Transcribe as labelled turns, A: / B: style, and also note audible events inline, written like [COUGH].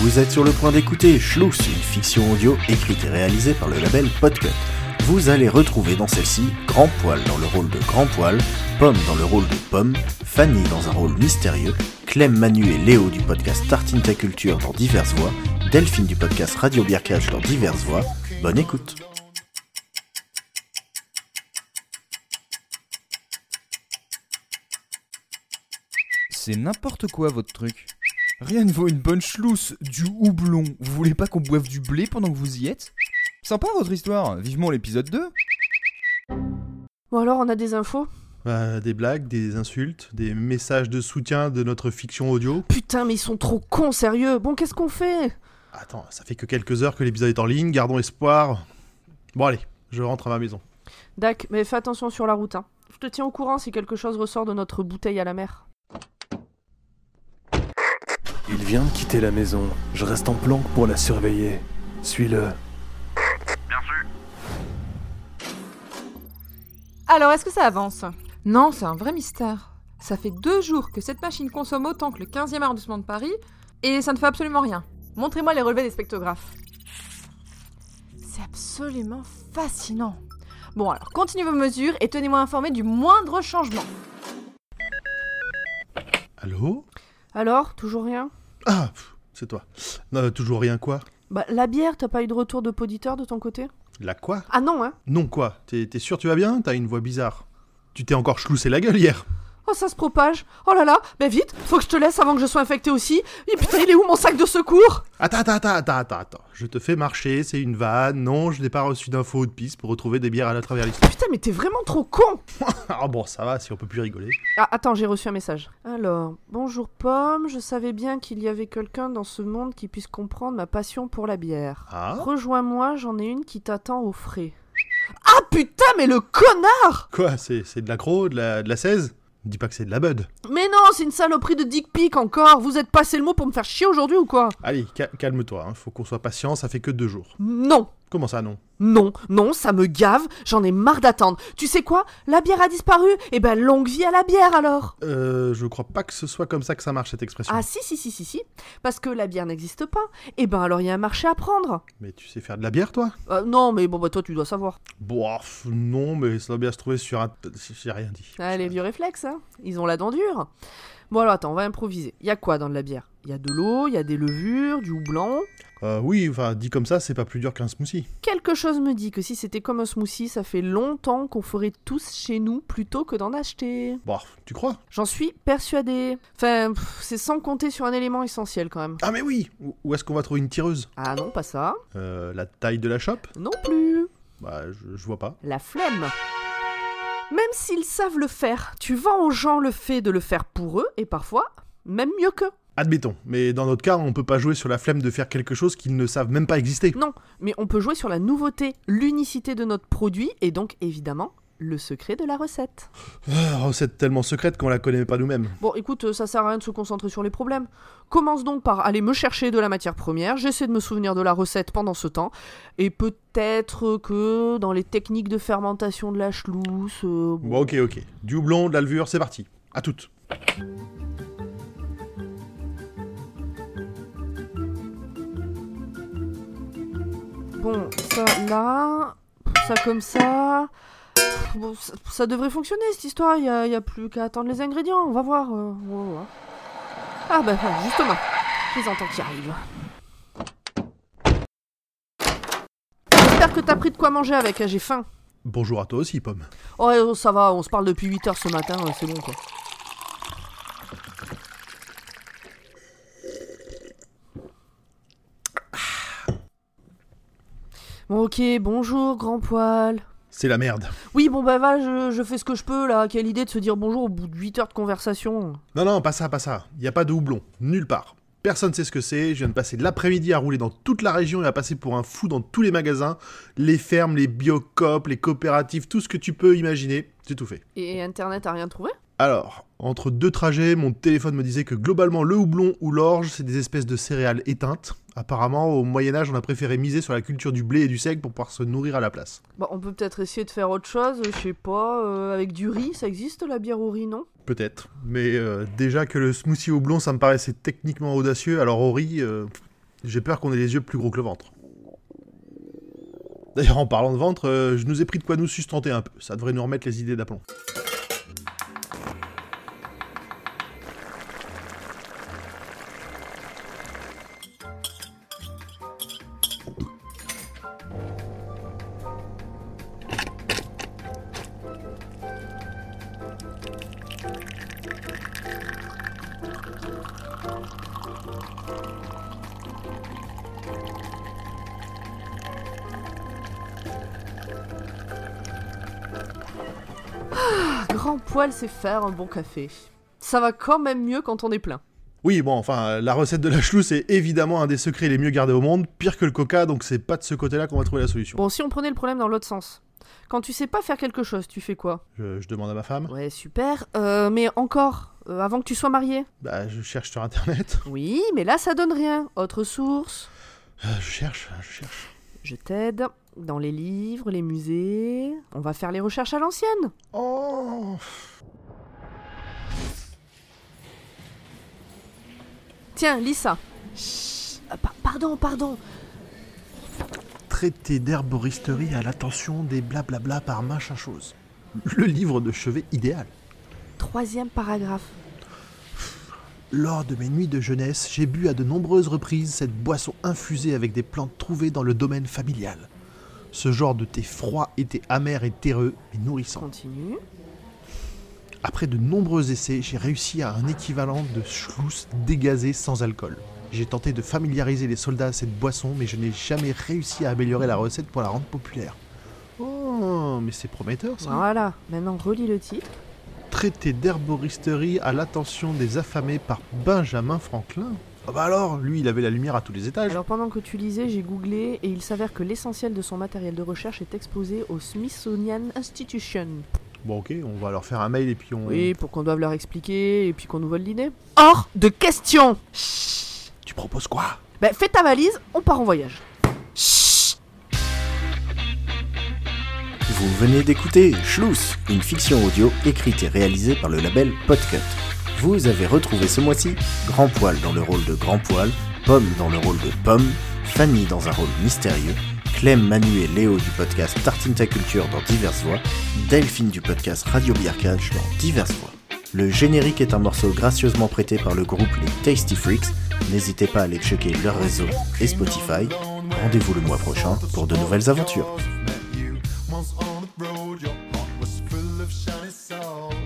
A: Vous êtes sur le point d'écouter Schluss, une fiction audio écrite et réalisée par le label Podcut. Vous allez retrouver dans celle-ci Grand Poil dans le rôle de Grand Poil, Pomme dans le rôle de Pomme, Fanny dans un rôle mystérieux, Clem, Manu et Léo du podcast Tartine ta culture dans diverses voix, Delphine du podcast Radio Biercage dans diverses voix. Bonne écoute.
B: C'est n'importe quoi votre truc. Rien ne vaut une bonne chlousse, du houblon. Vous voulez pas qu'on boive du blé pendant que vous y êtes Sympa votre histoire, vivement l'épisode 2.
C: Bon alors, on a des infos
D: Bah, des blagues, des insultes, des messages de soutien de notre fiction audio.
C: Putain, mais ils sont trop cons, sérieux Bon, qu'est-ce qu'on fait
D: Attends, ça fait que quelques heures que l'épisode est en ligne, gardons espoir. Bon allez, je rentre à ma maison.
C: Dac, mais fais attention sur la route, hein. Je te tiens au courant si quelque chose ressort de notre bouteille à la mer.
E: Il vient de quitter la maison. Je reste en planque pour la surveiller. Suis-le.
F: Alors, est-ce que ça avance
G: Non, c'est un vrai mystère. Ça fait deux jours que cette machine consomme autant que le 15e arrondissement de Paris, et ça ne fait absolument rien.
F: Montrez-moi les relevés des spectrographes. C'est absolument fascinant. Bon, alors, continuez vos mesures et tenez-moi informé du moindre changement.
D: Allô
C: Alors, toujours rien
D: Ah, pff, c'est toi. Euh, toujours rien quoi
C: Bah, la bière, t'as pas eu de retour de poditeur de ton côté
D: La quoi
C: Ah non, hein
D: Non quoi T'es t'es sûr tu vas bien T'as une voix bizarre. Tu t'es encore chloussé la gueule hier.
C: Oh, ça se propage Oh là là Bah vite, faut que je te laisse avant que je sois infecté aussi Et putain, il est où mon sac de secours
D: Attends, attends, attends, attends, attends, attends. Je te fais marcher, c'est une vanne. Non, je n'ai pas reçu d'infos ou de pistes pour retrouver des bières à la travers l'histoire. [LAUGHS]
C: Putain, mais t'es vraiment trop con
D: Ah bon, ça va si on peut plus rigoler.
C: Ah, attends, j'ai reçu un message. Alors, bonjour Pomme, je savais bien qu'il y avait quelqu'un dans ce monde qui puisse comprendre ma passion pour la bière.
D: Ah
C: Rejoins-moi, j'en ai une qui t'attend au frais. Ah putain, mais le connard
D: Quoi C'est c'est de l'accro, de la, de la 16 Dis pas que c'est de la bud.
C: Mais non, c'est une saloperie de dick pic encore Vous êtes passé le mot pour me faire chier aujourd'hui ou quoi
D: Allez, cal- calme-toi, hein. faut qu'on soit patient, ça fait que deux jours.
C: Non
D: Comment ça, non
C: non, non, ça me gave, j'en ai marre d'attendre. Tu sais quoi La bière a disparu Eh ben, longue vie à la bière alors
D: Euh, je crois pas que ce soit comme ça que ça marche cette expression.
C: Ah si, si, si, si, si, parce que la bière n'existe pas. Eh ben, alors il y a un marché à prendre.
D: Mais tu sais faire de la bière, toi
C: Euh, non, mais bon, bah toi, tu dois savoir.
D: Bof, non, mais ça doit bien se trouver sur un. J'ai rien dit.
C: Ah, les vieux réflexes, hein Ils ont la dent dure. Bon, alors attends, on va improviser. Il y a quoi dans de la bière Il y a de l'eau, il y a des levures, du houblon...
D: Euh, oui, enfin, dit comme ça, c'est pas plus dur qu'un smoothie.
C: Quelque chose me dit que si c'était comme un smoothie, ça fait longtemps qu'on ferait tous chez nous plutôt que d'en acheter.
D: Bof, tu crois
C: J'en suis persuadée. Enfin, pff, c'est sans compter sur un élément essentiel quand même.
D: Ah, mais oui Où où est-ce qu'on va trouver une tireuse
C: Ah non, pas ça.
D: Euh, la taille de la chope
C: Non plus.
D: Bah, je, je vois pas.
C: La flemme. Même s'ils savent le faire, tu vends aux gens le fait de le faire pour eux et parfois même mieux qu'eux.
D: Admettons, mais dans notre cas, on peut pas jouer sur la flemme de faire quelque chose qu'ils ne savent même pas exister.
C: Non, mais on peut jouer sur la nouveauté, l'unicité de notre produit et donc évidemment le secret de la recette.
D: Ah, recette tellement secrète qu'on la connaît pas nous-mêmes.
C: Bon, écoute, euh, ça sert à rien de se concentrer sur les problèmes. Commence donc par aller me chercher de la matière première, j'essaie de me souvenir de la recette pendant ce temps, et peut-être que dans les techniques de fermentation de la chlousse... euh, bon.
D: Bon, ok, ok. Du houblon, de la levure, c'est parti. À toutes.
C: Bon, ça là, ça comme ça... Bon, ça, ça devrait fonctionner cette histoire, il n'y a, y a plus qu'à attendre les ingrédients, on va voir. euh, on va voir. Ah bah voilà, justement, je les entends qui arrivent. J'espère que t'as pris de quoi manger avec, hein, j'ai faim.
D: Bonjour à toi aussi, Pomme.
C: Oh, eh, oh, ça va, on se parle depuis 8 heures ce matin, ouais, c'est bon quoi. Ah. Bon, ok, bonjour, grand poil.
D: C'est la merde.
C: Oui, bon, bah, va, je, je fais ce que je peux là. Quelle idée de se dire bonjour au bout de 8 heures de conversation.
D: Non, non, pas ça, pas ça. Il a pas de houblon. Nulle part. Personne sait ce que c'est. Je viens de passer de l'après-midi à rouler dans toute la région et à passer pour un fou dans tous les magasins, les fermes, les biocopes, les coopératives, tout ce que tu peux imaginer. J'ai tout fait.
C: Et internet a rien trouvé
D: Alors, entre deux trajets, mon téléphone me disait que globalement, le houblon ou l'orge, c'est des espèces de céréales éteintes. Apparemment, au Moyen-Âge, on a préféré miser sur la culture du blé et du seigle pour pouvoir se nourrir à la place.
C: Bah, on peut peut-être essayer de faire autre chose, je sais pas, euh, avec du riz, ça existe la bière au riz, non
D: Peut-être. Mais euh, déjà que le smoothie houblon, ça me paraissait techniquement audacieux, alors au riz, euh, J'ai peur qu'on ait les yeux plus gros que le ventre. D'ailleurs, en parlant de ventre, euh, je nous ai pris de quoi nous sustenter un peu. Ça devrait nous remettre les idées d'aplomb.
C: Ah, Grand poil sait faire un bon café. Ça va quand même mieux quand on est plein.
D: Oui, bon, enfin, euh, la recette de la chlousse est évidemment un des secrets les mieux gardés au monde, pire que le coca, donc c'est pas de ce côté-là qu'on va trouver la solution.
C: Bon, si on prenait le problème dans l'autre sens. Quand tu sais pas faire quelque chose, tu fais quoi
D: Je, je demande à ma femme.
C: Ouais, super. Euh, mais encore, euh, avant que tu sois marié.
D: Bah, je cherche sur internet.
C: Oui, mais là, ça donne rien. Autre source.
D: Euh, je cherche, je cherche.
C: Je t'aide. Dans les livres, les musées. On va faire les recherches à l'ancienne.
D: Oh
C: Tiens, lis ça. Chut. Ah, pa- pardon, pardon.
D: Traité d'herboristerie à l'attention des blablabla par machin chose. Le livre de chevet idéal.
C: Troisième paragraphe.
D: Lors de mes nuits de jeunesse, j'ai bu à de nombreuses reprises cette boisson infusée avec des plantes trouvées dans le domaine familial. Ce genre de thé froid était amer et terreux, mais nourrissant.
C: Continue.
D: Après de nombreux essais, j'ai réussi à un équivalent de schluss dégazé sans alcool. J'ai tenté de familiariser les soldats à cette boisson, mais je n'ai jamais réussi à améliorer la recette pour la rendre populaire. Oh, mais c'est prometteur ça.
C: Voilà. Maintenant, relis le titre.
D: Traité d'herboristerie à l'attention des affamés par Benjamin Franklin. Ah bah alors, lui, il avait la lumière à tous les étages.
C: Alors, pendant que tu lisais, j'ai googlé et il s'avère que l'essentiel de son matériel de recherche est exposé au Smithsonian Institution.
D: Bon, ok, on va leur faire un mail et puis on.
C: Oui, pour qu'on doive leur expliquer et puis qu'on nous vole l'idée. Hors de question Chut.
D: Tu proposes quoi
C: Ben, fais ta valise, on part en voyage. Chut.
A: Vous venez d'écouter Schluss, une fiction audio écrite et réalisée par le label Podcut. Vous avez retrouvé ce mois-ci Grand Poil dans le rôle de Grand Poil, Pomme dans le rôle de Pomme, Fanny dans un rôle mystérieux, Clem, Manu et Léo du podcast Tartine ta culture dans diverses voix, Delphine du podcast Radio Biercage dans diverses voix. Le générique est un morceau gracieusement prêté par le groupe Les Tasty Freaks. N'hésitez pas à aller checker leur réseau et Spotify. Rendez-vous le mois prochain pour de nouvelles aventures.
H: Once on the road, your heart was full of shiny soul.